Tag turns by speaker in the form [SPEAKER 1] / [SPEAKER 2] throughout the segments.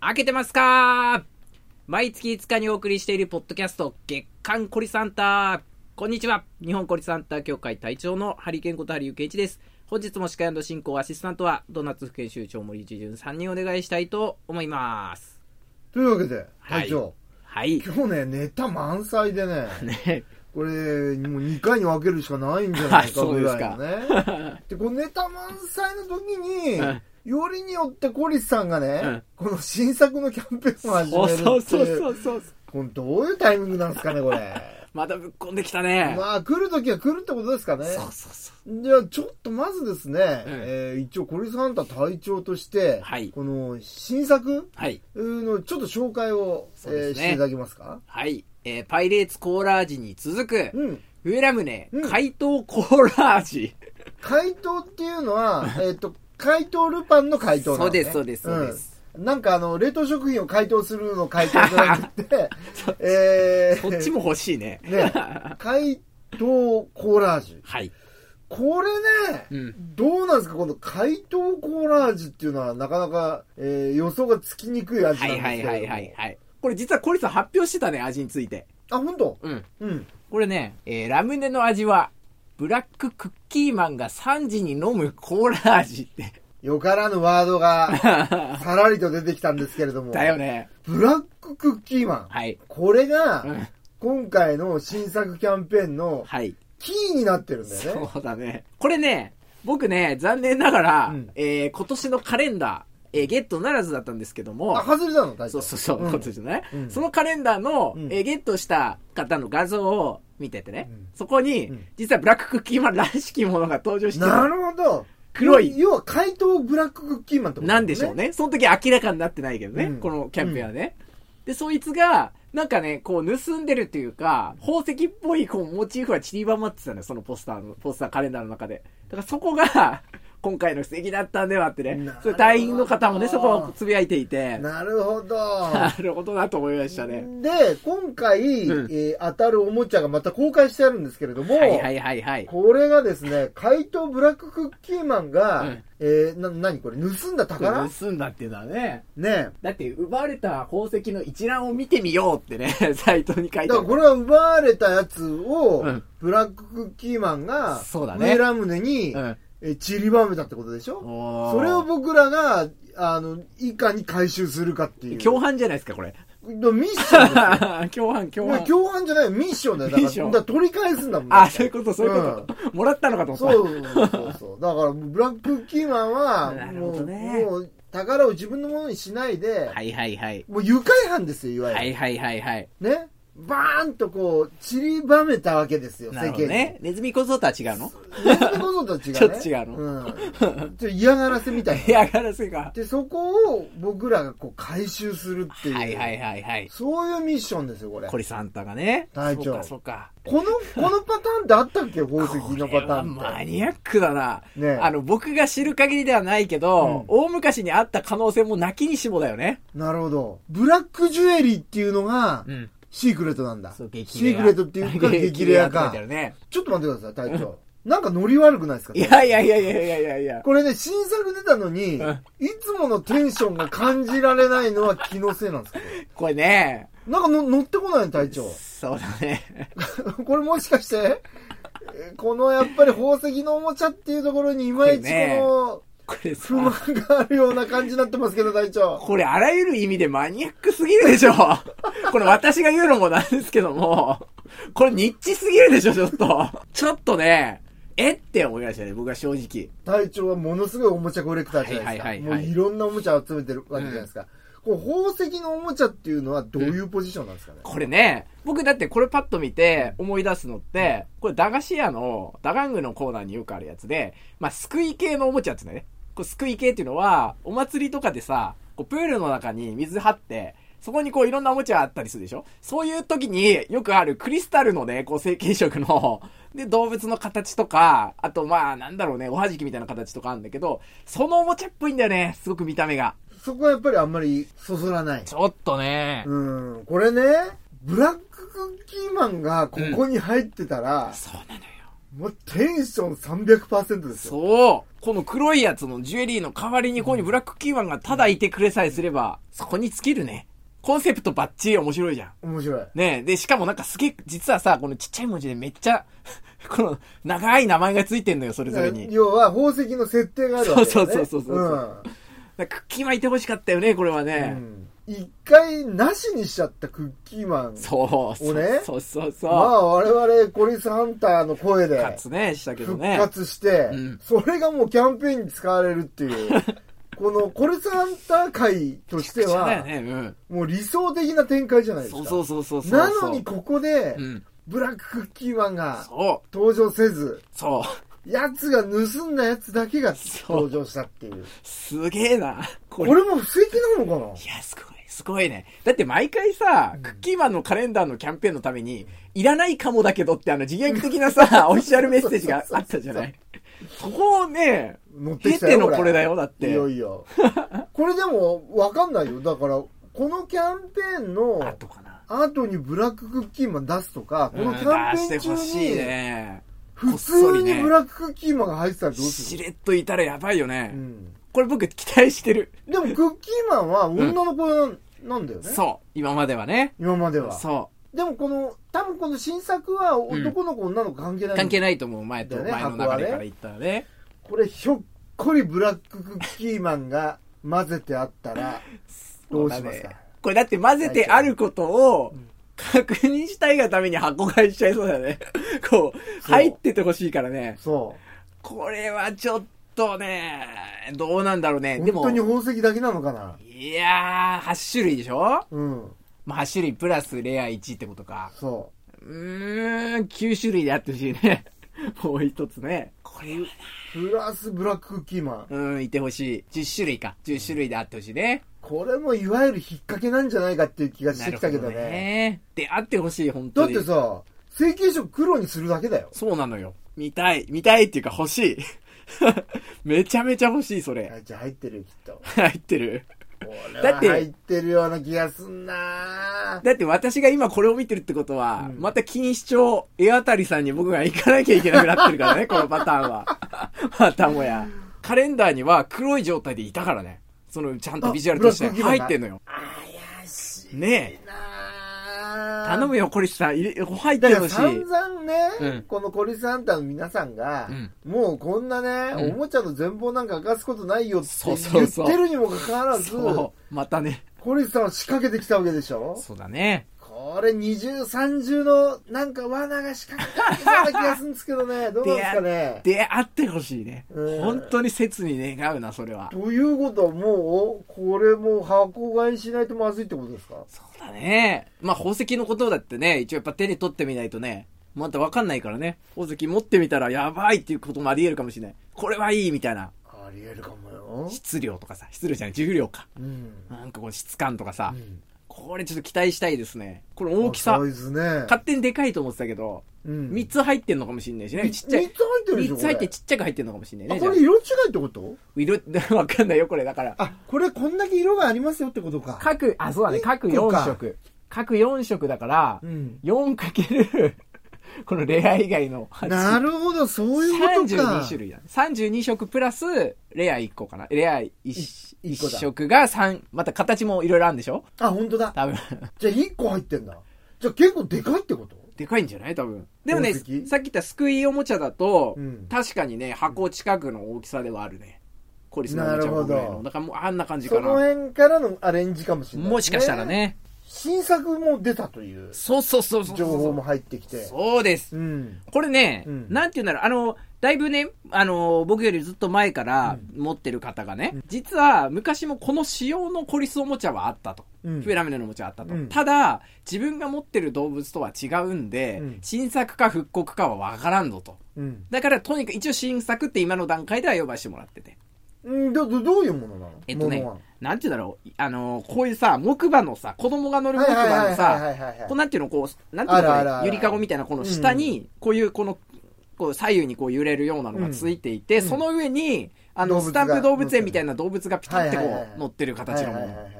[SPEAKER 1] 開けてますか毎月5日にお送りしているポッドキャスト、月刊コリサンタこんにちは日本コリサンタ協会隊長のハリケンことハリウケイチです。本日も司会進行アシスタントは、ドーナツ副編集長森一順さんにお願いしたいと思います。
[SPEAKER 2] というわけで、
[SPEAKER 1] はい
[SPEAKER 2] 隊長、
[SPEAKER 1] はい。
[SPEAKER 2] 今日ね、ネタ満載 でね、
[SPEAKER 1] ね、
[SPEAKER 2] これ、もう2回に分けるしかないんじゃな
[SPEAKER 1] あ
[SPEAKER 2] い か
[SPEAKER 1] そう
[SPEAKER 2] ぐ
[SPEAKER 1] です
[SPEAKER 2] らい
[SPEAKER 1] か
[SPEAKER 2] のね。 で、このネタ満載の時に
[SPEAKER 1] うん、
[SPEAKER 2] よりによってコリスさんがね、
[SPEAKER 1] うん
[SPEAKER 2] この新作のキャンペーンを始
[SPEAKER 1] そう
[SPEAKER 2] めるっていう。
[SPEAKER 1] そうそうそうそう。
[SPEAKER 2] このどういうタイミングなんですかね、こ れ。
[SPEAKER 1] またぶっこんできたね。
[SPEAKER 2] まあ、来る時は来るってことですかね。
[SPEAKER 1] そうそうそう。
[SPEAKER 2] じゃあ、ちょっとまずですね、えー一応コリスハンター隊長として、
[SPEAKER 1] はい
[SPEAKER 2] この新作
[SPEAKER 1] はい。
[SPEAKER 2] のちょっと紹介を、
[SPEAKER 1] そうで
[SPEAKER 2] え
[SPEAKER 1] すね
[SPEAKER 2] ーしていただけますか
[SPEAKER 1] はい。えーパイレーツコーラ味に続く、
[SPEAKER 2] うん。
[SPEAKER 1] ウェラムネ
[SPEAKER 2] う、ん
[SPEAKER 1] 怪盗コーラ味。
[SPEAKER 2] 怪盗っていうの は、えっと、怪盗ルパンの怪盗な
[SPEAKER 1] そ
[SPEAKER 2] の、
[SPEAKER 1] う
[SPEAKER 2] ね、
[SPEAKER 1] です、そうです、そうです。
[SPEAKER 2] うん。なんかあの、冷凍食品を解凍するの解凍じゃな くて、え
[SPEAKER 1] そっち
[SPEAKER 2] も。
[SPEAKER 1] も欲しいね。
[SPEAKER 2] ね、解凍コーラ味。
[SPEAKER 1] はい。
[SPEAKER 2] これね、
[SPEAKER 1] うん。
[SPEAKER 2] どうなんですかこの解凍コーラ味っていうのはなかなか、えー予想がつきにくい味
[SPEAKER 1] は
[SPEAKER 2] なんで
[SPEAKER 1] い
[SPEAKER 2] すけ
[SPEAKER 1] は
[SPEAKER 2] れ
[SPEAKER 1] い
[SPEAKER 2] ども
[SPEAKER 1] はいはい。はい。これ実はコリさん発表してたね、味について。
[SPEAKER 2] あ、本当
[SPEAKER 1] うん。
[SPEAKER 2] うん。
[SPEAKER 1] これね、えーラムネの味は、ブラッククッキーマンが3時に飲むコーラ味って。
[SPEAKER 2] よからぬワードがさらりと出てきたんですけれども。
[SPEAKER 1] だよね。
[SPEAKER 2] ブラッククッキーマン。
[SPEAKER 1] はい。
[SPEAKER 2] これが、
[SPEAKER 1] うん
[SPEAKER 2] 今回の新作キャンペーンの
[SPEAKER 1] はい。
[SPEAKER 2] キーになってるんだよね。
[SPEAKER 1] そうだね。これね、僕ね、残念ながら、
[SPEAKER 2] うん
[SPEAKER 1] えー今年のカレンダー、えーゲットならずだったんですけども、
[SPEAKER 2] あ、外れたの大
[SPEAKER 1] そうそうそう、
[SPEAKER 2] ん
[SPEAKER 1] 今年のね、
[SPEAKER 2] うん
[SPEAKER 1] そのカレンダーの、
[SPEAKER 2] うん
[SPEAKER 1] えーゲットした方の画像を見ててね、
[SPEAKER 2] うん
[SPEAKER 1] そこに、
[SPEAKER 2] うん
[SPEAKER 1] 実はブラッククッキーマンらしきものが登場して
[SPEAKER 2] なるほど。
[SPEAKER 1] 黒い
[SPEAKER 2] 要は怪盗ブラッククッキーマンってことだ
[SPEAKER 1] な
[SPEAKER 2] よ
[SPEAKER 1] んでしょう。ね。その時明らかになってないけどね、
[SPEAKER 2] うん
[SPEAKER 1] このキャンペーンはね。で、そいつが、なんかね、こう盗んでるっていうか、宝石っぽいこうモチーフが散りばまってたのよ、そのポスターの、ポスターカレンダーの中で。だからそこが、 今回の奇跡だったんではって
[SPEAKER 2] なる
[SPEAKER 1] ね
[SPEAKER 2] ほ。ど
[SPEAKER 1] それ隊員の方もね、そこをつぶやいていて、な
[SPEAKER 2] なるほど。
[SPEAKER 1] るほどなと思いましたね。
[SPEAKER 2] で、今回、
[SPEAKER 1] うん
[SPEAKER 2] えー当たるおもちゃがまた公開してあるんですけれども、
[SPEAKER 1] はいはいはいはい。
[SPEAKER 2] これがですね、怪盗ブラッククッキーマンが、
[SPEAKER 1] うん
[SPEAKER 2] えーな、なにこれ、盗んだ宝
[SPEAKER 1] 盗んだっていうのはね。
[SPEAKER 2] ね
[SPEAKER 1] だって、奪われた宝石の一覧を見てみようってね、サイトに書い
[SPEAKER 2] だ
[SPEAKER 1] てあ
[SPEAKER 2] から
[SPEAKER 1] る
[SPEAKER 2] これは奪われたやつを、
[SPEAKER 1] うん
[SPEAKER 2] ブラッククッキーマンが、
[SPEAKER 1] そうだね
[SPEAKER 2] 上ラムネに、
[SPEAKER 1] うん
[SPEAKER 2] えー散りばめたってことでしょ
[SPEAKER 1] おー
[SPEAKER 2] それを僕らが、あの、いかに回収するかっていう。
[SPEAKER 1] 共犯じゃないですか、これ。
[SPEAKER 2] ミッションですよ
[SPEAKER 1] 共犯、共
[SPEAKER 2] いや
[SPEAKER 1] 犯。
[SPEAKER 2] 共犯じゃないよミッションだよ。だか
[SPEAKER 1] ミッショ
[SPEAKER 2] ら
[SPEAKER 1] ン
[SPEAKER 2] だから取り返すんだもん。
[SPEAKER 1] あ、そういうこと、そういうこと。もらったのかと
[SPEAKER 2] と
[SPEAKER 1] 思った。
[SPEAKER 2] そうそうそうそう。だから、ブラッククッキーマン
[SPEAKER 1] な
[SPEAKER 2] は、
[SPEAKER 1] る
[SPEAKER 2] も
[SPEAKER 1] ほど
[SPEAKER 2] う、
[SPEAKER 1] ね
[SPEAKER 2] もう、宝を自分のものにしないで、
[SPEAKER 1] はいはいはい。
[SPEAKER 2] もう愉快犯ですよ、いわゆる。
[SPEAKER 1] はいはいはいはい。
[SPEAKER 2] ね。バーンとこう、散りばめたわけですよ、世
[SPEAKER 1] なる
[SPEAKER 2] 間
[SPEAKER 1] ほ
[SPEAKER 2] に。
[SPEAKER 1] どね。ネズミ小僧とは違うの
[SPEAKER 2] ネズミ小僧とは違うね。
[SPEAKER 1] ちょっと違う
[SPEAKER 2] うん。ちょっと嫌がらせみたいな。
[SPEAKER 1] 嫌がらせが。
[SPEAKER 2] で、そこを僕らがこう回収するっていう。
[SPEAKER 1] はいはいはいはい。
[SPEAKER 2] そういうミッションですよ、これ。
[SPEAKER 1] コリサンタがね。
[SPEAKER 2] 隊長
[SPEAKER 1] そうかそうか。
[SPEAKER 2] この、このパターンってあったっけ宝石の
[SPEAKER 1] こ
[SPEAKER 2] パ
[SPEAKER 1] れ
[SPEAKER 2] ター
[SPEAKER 1] は
[SPEAKER 2] ンって。
[SPEAKER 1] マニアックだな。
[SPEAKER 2] ねえ
[SPEAKER 1] あの、僕が知る限りではないけど、大昔にあった可能性もなきにしもだよね。
[SPEAKER 2] なるほど。ブラックジュエリーっていうのが、
[SPEAKER 1] ん。
[SPEAKER 2] シークレットなんだ。シ
[SPEAKER 1] そう、 激レア。
[SPEAKER 2] ークレットっていうか、激レアか
[SPEAKER 1] 激。レアって書いてあるね。
[SPEAKER 2] ちょっと待ってください、隊長。なんかノリ悪くないですか
[SPEAKER 1] いやいやいやいやいやいやいや。
[SPEAKER 2] これね、新作出たのに、い
[SPEAKER 1] うん
[SPEAKER 2] つものテンションが感じられないのは気のせいなんですけ
[SPEAKER 1] これね、
[SPEAKER 2] ど。なんかの乗ってこないの、隊長。
[SPEAKER 1] そうだね。
[SPEAKER 2] これもしかして、えーこのやっぱり宝石のおもちゃっていうところにいまいちこの
[SPEAKER 1] これさ
[SPEAKER 2] 不、満があるような感じになってますけど、隊長。
[SPEAKER 1] これあらゆる意味でマニアックすぎるでしょ これ私が言うのもなんですけども、これニッチすぎるでしょちょっと。ちょっとね、えって思いましたね、僕は正直。
[SPEAKER 2] 隊長はものすごいおもちゃコレクターじゃないですか。
[SPEAKER 1] はいはいはいはい
[SPEAKER 2] もういろんなおもちゃ集めてるわけじゃないですか。こう宝石のおもちゃっていうのはどういうポジションなんですかね。
[SPEAKER 1] これね、僕だってこれパッと見て思い出すのって、これ駄菓子屋の、駄玩具のコーナーによくあるやつで、まあ、すくい系のおもちゃってね。こうすくい系っていうのは、お祭りとかでさ、こうプールの中に水張って、そこにこういろんなおもちゃあったりするでしょそういう時によくあるクリスタルのね、こう成形色の、で、動物の形とか、あとまあなんだろうね、おはじきみたいな形とかあるんだけど、そのおもちゃっぽいんだよね、すごく見た目が。
[SPEAKER 2] そこはやっぱりあんまりそそらない。
[SPEAKER 1] ちょっとね、
[SPEAKER 2] うん、これね、ブラッククッキーマンがここに入ってたら、
[SPEAKER 1] そうなのよ。
[SPEAKER 2] もうテンション300%ですよ。
[SPEAKER 1] そうこの黒いやつのジュエリーの代わりにここにブラックキーマンがただいてくれさえすれば、そこに尽きるね。コンセプトバッチリ面白いじゃん。
[SPEAKER 2] 面白い。
[SPEAKER 1] ねえ、で、しかもなんかすげえ、実はさ、このちっちゃい文字でめっちゃ、 この長い名前がついてんのよ、それぞれに。
[SPEAKER 2] 要は宝石の設定があるわけだよね。
[SPEAKER 1] そうそうそうそうそう
[SPEAKER 2] うん
[SPEAKER 1] なんかクッキーマンいてほしかったよね、これは
[SPEAKER 2] う
[SPEAKER 1] ね。
[SPEAKER 2] ん。一回なしにしちゃったクッキーマン。
[SPEAKER 1] そう、そう、
[SPEAKER 2] 俺
[SPEAKER 1] そうそう
[SPEAKER 2] ま
[SPEAKER 1] そう。
[SPEAKER 2] あ我々コリスハンターの声で
[SPEAKER 1] 勝つね、したけど
[SPEAKER 2] 復
[SPEAKER 1] ね。
[SPEAKER 2] 活して
[SPEAKER 1] うん、
[SPEAKER 2] それがもうキャンペーンに使われるっ ていう。このコリスハンター会として
[SPEAKER 1] そうだよ
[SPEAKER 2] は、
[SPEAKER 1] ね、う
[SPEAKER 2] もう理想的な展開じゃない
[SPEAKER 1] ん。
[SPEAKER 2] です
[SPEAKER 1] そう
[SPEAKER 2] か。
[SPEAKER 1] そうそうそうそう。
[SPEAKER 2] なのにここで
[SPEAKER 1] う、ん。
[SPEAKER 2] ブラッククッキーマンが
[SPEAKER 1] そう、
[SPEAKER 2] 登場せず、
[SPEAKER 1] そう。
[SPEAKER 2] 奴が盗んだ奴だけが登場したっていう。
[SPEAKER 1] すげえな。こ
[SPEAKER 2] こ
[SPEAKER 1] れ。
[SPEAKER 2] れも不思議なのかない
[SPEAKER 1] や、すごい、すごいね。だって毎回さ、クッキーマンのカレンダーのキャンペーンのために、いらないかもだけどってあの自虐的な さ、オフィシャルメッセージがあったじゃないそこをね、
[SPEAKER 2] 乗って
[SPEAKER 1] 経
[SPEAKER 2] きたよ
[SPEAKER 1] てのこれだよ、だっ
[SPEAKER 2] い
[SPEAKER 1] て。
[SPEAKER 2] よいよ。 これでも、わかんないよ。だから、このキャンペーン
[SPEAKER 1] あ
[SPEAKER 2] の
[SPEAKER 1] とかな。
[SPEAKER 2] 後にブラッククッキーマン出すとか、このキャン
[SPEAKER 1] 出して
[SPEAKER 2] ペー
[SPEAKER 1] ほ
[SPEAKER 2] ン
[SPEAKER 1] しい
[SPEAKER 2] 中に、
[SPEAKER 1] ね。
[SPEAKER 2] 普
[SPEAKER 1] こっそ
[SPEAKER 2] 通
[SPEAKER 1] り
[SPEAKER 2] に
[SPEAKER 1] ね
[SPEAKER 2] ブラッククッキーマンが入ってたらどうす
[SPEAKER 1] し
[SPEAKER 2] る
[SPEAKER 1] れっといたらやばいよね。
[SPEAKER 2] うん
[SPEAKER 1] これ僕期待してる。
[SPEAKER 2] でも、クッキーマンは女の子なんなんだよね。
[SPEAKER 1] そう。今まではね。
[SPEAKER 2] 今までは。
[SPEAKER 1] そ
[SPEAKER 2] でも、この、多分この新作は男の子、女の子関係な
[SPEAKER 1] う。
[SPEAKER 2] い。
[SPEAKER 1] 関係ないと思う、前と、
[SPEAKER 2] だよね
[SPEAKER 1] 前の流
[SPEAKER 2] 箱はね
[SPEAKER 1] れから言ったらね。
[SPEAKER 2] これひょっこりブラッククッキーマンが混ぜてあったら、どうしま す
[SPEAKER 1] そうだ
[SPEAKER 2] か
[SPEAKER 1] ねこれだって混ぜてあることを確認したいがために箱買いしちゃいそうだよね。 こう、
[SPEAKER 2] そう
[SPEAKER 1] 入っててほしいからね。
[SPEAKER 2] そ
[SPEAKER 1] これはちょっとね、どうなんだろうね。
[SPEAKER 2] う。
[SPEAKER 1] で
[SPEAKER 2] 本当
[SPEAKER 1] も
[SPEAKER 2] に、宝石だけなのかない
[SPEAKER 1] やー、8種類でしょ
[SPEAKER 2] うん。
[SPEAKER 1] まあ8種類プラスレア1ってことか。
[SPEAKER 2] そう
[SPEAKER 1] ーん、9種類であってほしいね。 もう一つね。これは
[SPEAKER 2] う。プラスブラッククッキーマン。
[SPEAKER 1] うん、いてほしい。10種類か。10種類であってほしいね。
[SPEAKER 2] これもいわゆる引っ掛けなんじゃないかっていう気がしてきたけどね。
[SPEAKER 1] ね。であってほしい、本
[SPEAKER 2] だ
[SPEAKER 1] 当
[SPEAKER 2] っ
[SPEAKER 1] に。
[SPEAKER 2] てさ、請求書黒にするだけだよ。
[SPEAKER 1] そうなのよ。見たい。見たいっていうか欲しい。 めちゃめちゃ欲しい、それ。
[SPEAKER 2] あ、じゃあ入ってるよ、きっと。
[SPEAKER 1] 入ってる。
[SPEAKER 2] これ
[SPEAKER 1] だ
[SPEAKER 2] は
[SPEAKER 1] って
[SPEAKER 2] 入ってるような気がすんな
[SPEAKER 1] だって私が今これを見てるってことは、
[SPEAKER 2] うん
[SPEAKER 1] また錦糸町、江あたりさんに僕が行かなきゃいけなくなってる からね、このパターンは。またもや。カレンダーには黒い状態でいたからね。その、ちゃんとビジュアルとして
[SPEAKER 2] あブラック
[SPEAKER 1] 入
[SPEAKER 2] 基盤だ
[SPEAKER 1] ってんのよ。
[SPEAKER 2] 怪しい
[SPEAKER 1] ねえ。
[SPEAKER 2] な
[SPEAKER 1] 頼むよ、コリスさん。入れ入って
[SPEAKER 2] だから
[SPEAKER 1] ほし
[SPEAKER 2] 散
[SPEAKER 1] い。
[SPEAKER 2] 々ね、
[SPEAKER 1] うん
[SPEAKER 2] このコリスハンターの皆さんが、
[SPEAKER 1] うん
[SPEAKER 2] もうこんなね、
[SPEAKER 1] うん
[SPEAKER 2] おもちゃの全貌なんか明かすことないよって
[SPEAKER 1] そうそ
[SPEAKER 2] 言
[SPEAKER 1] う
[SPEAKER 2] っ
[SPEAKER 1] そう
[SPEAKER 2] てるにもかかわらず、
[SPEAKER 1] そう。またね。
[SPEAKER 2] コリスさんは仕掛けてきたわけでしょ
[SPEAKER 1] そうだね。
[SPEAKER 2] これ二重三重のなんか罠が仕掛けてきそうな気がするんですけど ね、どうなんですかね。
[SPEAKER 1] 出会ってほしいね。
[SPEAKER 2] うん
[SPEAKER 1] 本当に切に願うな、それは。
[SPEAKER 2] ということはもう、これもう箱買いしないとまずいってことですか
[SPEAKER 1] そうだね。まあ宝石のことだってね、一応やっぱ手に取ってみないとね、またわかんないからね。宝石持ってみたらやばいっていうこともあり得るかもしれない。これはいいみたいな。
[SPEAKER 2] あり得るかもよ。
[SPEAKER 1] 質量とかさ、質量じゃない、重量か。
[SPEAKER 2] うん。
[SPEAKER 1] なんかこの質感とかさ
[SPEAKER 2] う、ん
[SPEAKER 1] これちょっと期待したいですね。これ大きさ
[SPEAKER 2] サ、イズね。
[SPEAKER 1] 勝手にでかいと思ってたけど、
[SPEAKER 2] うん
[SPEAKER 1] 3つ入ってんのかもしれないしね。ちっちゃい
[SPEAKER 2] 三。つ入ってるでしょ
[SPEAKER 1] 3つ入って
[SPEAKER 2] こ
[SPEAKER 1] ちっちゃく入ってんのかもしれない
[SPEAKER 2] れ
[SPEAKER 1] ね。
[SPEAKER 2] あこれ
[SPEAKER 1] じゃあ
[SPEAKER 2] 色違いってこと
[SPEAKER 1] 色、 わかんないよ、これ。だから。
[SPEAKER 2] あ、これこんだけ色がありますよってことか。
[SPEAKER 1] 各、あ、そうだね。各
[SPEAKER 2] 一個か
[SPEAKER 1] 4色。各4色だから、
[SPEAKER 2] うん。
[SPEAKER 1] 4× このレア以外の8
[SPEAKER 2] なるほど、そういうことか。
[SPEAKER 1] 32種類だ、ね、32色プラスレア1個かなレア 1,
[SPEAKER 2] 一個だ
[SPEAKER 1] 色が3また形もいろいろあるんでしょ
[SPEAKER 2] あ、本当だ。
[SPEAKER 1] 多 分
[SPEAKER 2] じゃあ1個入ってんだ。じゃあ結構でかいってこと
[SPEAKER 1] でかいんじゃない多分でもねさ
[SPEAKER 2] 宝
[SPEAKER 1] っ
[SPEAKER 2] 石
[SPEAKER 1] き言った救いおもちゃだと、
[SPEAKER 2] うん
[SPEAKER 1] 確かにね箱近くの大きさではあるねコリスのおもちゃぐらい
[SPEAKER 2] なるほ
[SPEAKER 1] の
[SPEAKER 2] ど
[SPEAKER 1] だからもうあんな感じ
[SPEAKER 2] そ
[SPEAKER 1] か
[SPEAKER 2] の
[SPEAKER 1] な
[SPEAKER 2] 辺からのアレンジかもしれない、
[SPEAKER 1] もしかしたらね。
[SPEAKER 2] 新作も出たという
[SPEAKER 1] そうそうそうそう
[SPEAKER 2] 情報も入ってきて。
[SPEAKER 1] そうです
[SPEAKER 2] うん。
[SPEAKER 1] これね、
[SPEAKER 2] うん
[SPEAKER 1] なんて言うんだろう、あの、だいぶね、あの、僕よりずっと前から持ってる方がね、実は昔もこの仕様のコリスおもちゃはあったと。
[SPEAKER 2] うん
[SPEAKER 1] フェラメルのおもちゃはあったと。
[SPEAKER 2] うん
[SPEAKER 1] ただ、自分が持ってる動物とは違うんで、
[SPEAKER 2] うん
[SPEAKER 1] 新作か復刻かはわからんぞと。
[SPEAKER 2] うん。
[SPEAKER 1] だから、とにかく一応新作って今の段階では呼ばしてもらってて。
[SPEAKER 2] うん、ど、ど、どういうものなの
[SPEAKER 1] えっとね
[SPEAKER 2] ものは、
[SPEAKER 1] なんて言うんだろう、あの、こういうさ、木馬のさ、子供が乗る
[SPEAKER 2] は
[SPEAKER 1] 木
[SPEAKER 2] いはい
[SPEAKER 1] 馬
[SPEAKER 2] は
[SPEAKER 1] の
[SPEAKER 2] い
[SPEAKER 1] さ
[SPEAKER 2] は、いはいはい
[SPEAKER 1] こう。なんていうの、こう、なんていうの
[SPEAKER 2] あるあ
[SPEAKER 1] こ
[SPEAKER 2] るあ
[SPEAKER 1] れ、
[SPEAKER 2] る
[SPEAKER 1] ゆりかごみたいなこの下に、こういうこの、こう左右にこう揺れるようなのがついていて、
[SPEAKER 2] うん
[SPEAKER 1] その上に、あの、
[SPEAKER 2] 動物
[SPEAKER 1] ス
[SPEAKER 2] が
[SPEAKER 1] タンプ動物園みたいな動物がピタってこ
[SPEAKER 2] はいはいはいう
[SPEAKER 1] 乗ってる形のも
[SPEAKER 2] はいは
[SPEAKER 1] の。
[SPEAKER 2] いはいはい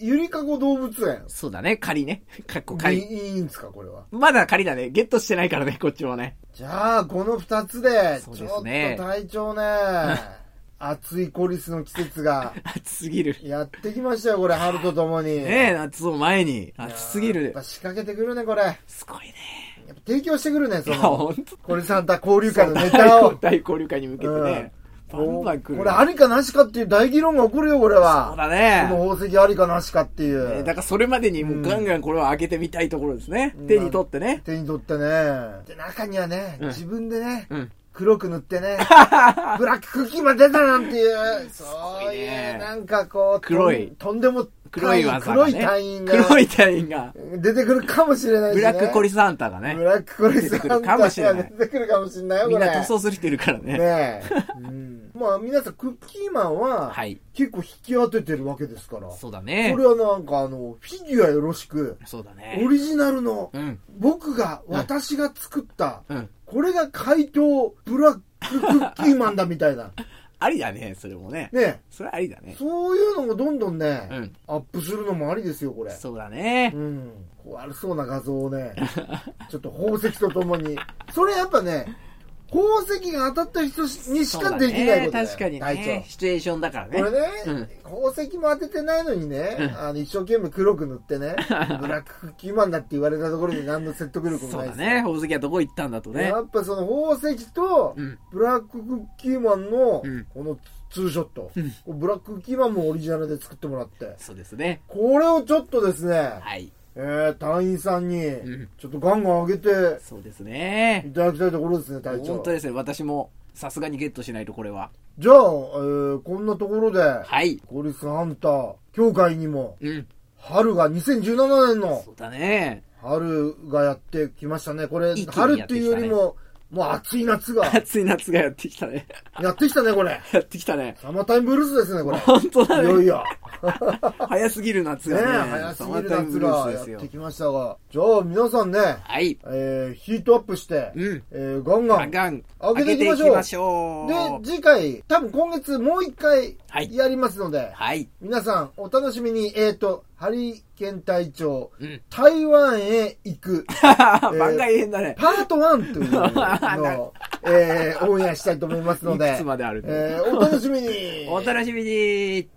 [SPEAKER 2] ゆりかご動物園。
[SPEAKER 1] そうだね、仮ね。かっこ
[SPEAKER 2] いい
[SPEAKER 1] 仮。
[SPEAKER 2] いいんですか、これは。
[SPEAKER 1] まだ仮だね。ゲットしてないからね、こっちもね。
[SPEAKER 2] じゃあ、この二つで、
[SPEAKER 1] そうで
[SPEAKER 2] ちょっと
[SPEAKER 1] すね
[SPEAKER 2] 体調 ね、暑いコリスの季節が、
[SPEAKER 1] 暑すぎる。
[SPEAKER 2] やってきましたよ、これ、春とともに。
[SPEAKER 1] ねえ、夏を前に。
[SPEAKER 2] いやー
[SPEAKER 1] 暑すぎ
[SPEAKER 2] やっ
[SPEAKER 1] る
[SPEAKER 2] ぱ。仕掛けてくるね、これ。やっ
[SPEAKER 1] すごいね。
[SPEAKER 2] ぱ提供してくるね、そ
[SPEAKER 1] いや、
[SPEAKER 2] の、
[SPEAKER 1] ほんと。
[SPEAKER 2] コリサンタ交流会のネタ
[SPEAKER 1] 大
[SPEAKER 2] を。
[SPEAKER 1] 大交流会に向けてね。バンバン来る。
[SPEAKER 2] これ、ありかなしかっていう大議論が起こるよ、これ
[SPEAKER 1] そう
[SPEAKER 2] は。
[SPEAKER 1] だね。
[SPEAKER 2] この宝石ありかなしかってい
[SPEAKER 1] ね
[SPEAKER 2] う。
[SPEAKER 1] だからそれまでにもうガンガンこれを上げてみたいところですね。手に取ってね。
[SPEAKER 2] 手に取ってね。で、中にはね、
[SPEAKER 1] ん
[SPEAKER 2] 自分でね、
[SPEAKER 1] うん。
[SPEAKER 2] 黒く塗っ てね、ブラッククッキーまで出たなんていう、そう
[SPEAKER 1] い
[SPEAKER 2] い
[SPEAKER 1] ね
[SPEAKER 2] う、なんかこう、
[SPEAKER 1] 黒い
[SPEAKER 2] とんとんでも
[SPEAKER 1] 黒い技が、
[SPEAKER 2] 黒
[SPEAKER 1] ね。
[SPEAKER 2] い隊員が
[SPEAKER 1] 黒い隊員が。
[SPEAKER 2] 出てくるかもしれないし、
[SPEAKER 1] ブ
[SPEAKER 2] ね。
[SPEAKER 1] ラックコリサンタが
[SPEAKER 2] ブ
[SPEAKER 1] ね。
[SPEAKER 2] ラックコリス
[SPEAKER 1] 出てくるかもしれない
[SPEAKER 2] 出てくるかもしれないよ、こ
[SPEAKER 1] み
[SPEAKER 2] れ。
[SPEAKER 1] んな塗装する人いるからね。
[SPEAKER 2] ねえ。うんまあ、皆さん、クッキーマンは、
[SPEAKER 1] はい。
[SPEAKER 2] 結構引き当ててるわけですから。
[SPEAKER 1] そ
[SPEAKER 2] こ
[SPEAKER 1] うだ
[SPEAKER 2] れ
[SPEAKER 1] ね。
[SPEAKER 2] はなんか、あの、フィギュアよろしく、
[SPEAKER 1] そうだね
[SPEAKER 2] オ。リジナルの、
[SPEAKER 1] うん。
[SPEAKER 2] 僕が、私が作った、
[SPEAKER 1] うん。
[SPEAKER 2] これが怪盗ブラッククッキーマンだみたいな。
[SPEAKER 1] ありだね、それもね。
[SPEAKER 2] ね
[SPEAKER 1] それありだ
[SPEAKER 2] え
[SPEAKER 1] ね。
[SPEAKER 2] そういうのもどんどんね、
[SPEAKER 1] うん
[SPEAKER 2] アップするのもありですよ、これ。
[SPEAKER 1] そうだね
[SPEAKER 2] う。ん。こう悪そうな画像 をね、ちょっと宝石とともに。それやっぱね、宝石が当たった人にし
[SPEAKER 1] そう
[SPEAKER 2] か
[SPEAKER 1] だ
[SPEAKER 2] できないこと
[SPEAKER 1] ね。
[SPEAKER 2] だよ
[SPEAKER 1] 確かにね。シチュエーションだから
[SPEAKER 2] 隊
[SPEAKER 1] ね
[SPEAKER 2] 長。これね、
[SPEAKER 1] うん
[SPEAKER 2] 宝石も当ててないのにね、あの一生懸命黒く塗って ね、ブラッククッキーマンだって言われたところで何の説得力も
[SPEAKER 1] そう
[SPEAKER 2] ない
[SPEAKER 1] だ
[SPEAKER 2] ですよ
[SPEAKER 1] ね。宝石はどこ行ったんだとね
[SPEAKER 2] や。っぱその宝石と
[SPEAKER 1] うん、
[SPEAKER 2] ブラッククッキーマンの
[SPEAKER 1] うん、
[SPEAKER 2] このツーショット。ブラッククッキーマンもオリジナルで作ってもらって。
[SPEAKER 1] そうですね。
[SPEAKER 2] これをちょっとですね、
[SPEAKER 1] はい。
[SPEAKER 2] えー、隊員さんに
[SPEAKER 1] ん、
[SPEAKER 2] ちょっとガンガン上げて
[SPEAKER 1] そうですね
[SPEAKER 2] い。ただきたいところですね、隊
[SPEAKER 1] 本
[SPEAKER 2] 長
[SPEAKER 1] 当。ですね。私も、さすがにゲットしないとこれは。
[SPEAKER 2] じゃあ、えーこんなところで、
[SPEAKER 1] はい。
[SPEAKER 2] コリスハンター、協会にも、
[SPEAKER 1] うん。
[SPEAKER 2] 春が、2017年の
[SPEAKER 1] そうだね。
[SPEAKER 2] 春がやってきましたね。これ、
[SPEAKER 1] 一気に
[SPEAKER 2] 春
[SPEAKER 1] や
[SPEAKER 2] っ
[SPEAKER 1] って
[SPEAKER 2] て
[SPEAKER 1] きたね
[SPEAKER 2] いうよりも、もう暑い 夏が、
[SPEAKER 1] 暑い夏がやってきたね。
[SPEAKER 2] やってきたね、これ。
[SPEAKER 1] やってきたね。
[SPEAKER 2] サマータイムブルースですね、これ。
[SPEAKER 1] 本当だ
[SPEAKER 2] いよ
[SPEAKER 1] ね。
[SPEAKER 2] いよ。
[SPEAKER 1] 早すぎる夏
[SPEAKER 2] ね
[SPEAKER 1] が
[SPEAKER 2] え、
[SPEAKER 1] ね。
[SPEAKER 2] 早すぎる夏がやって
[SPEAKER 1] よ。
[SPEAKER 2] きましたが。じゃあ皆さんね、
[SPEAKER 1] はい。
[SPEAKER 2] えー、ヒートアップして、
[SPEAKER 1] うん
[SPEAKER 2] えー、ガンガ
[SPEAKER 1] ガン
[SPEAKER 2] ン。
[SPEAKER 1] ガン。
[SPEAKER 2] 上げていきま
[SPEAKER 1] 上げ
[SPEAKER 2] しょう
[SPEAKER 1] ていきましょう。
[SPEAKER 2] で、次回、多分今月もう一回
[SPEAKER 1] はい
[SPEAKER 2] やりますので、
[SPEAKER 1] はい。
[SPEAKER 2] 皆さんお楽しみに、えーと、ハリケン隊長、
[SPEAKER 1] うん。
[SPEAKER 2] 台湾へ行く、
[SPEAKER 1] 番外編だね。
[SPEAKER 2] パート1という のを、えー、オンエアしたいと思いますの
[SPEAKER 1] い
[SPEAKER 2] で
[SPEAKER 1] くつ、まであるの
[SPEAKER 2] えー、お楽しみに
[SPEAKER 1] お楽しみに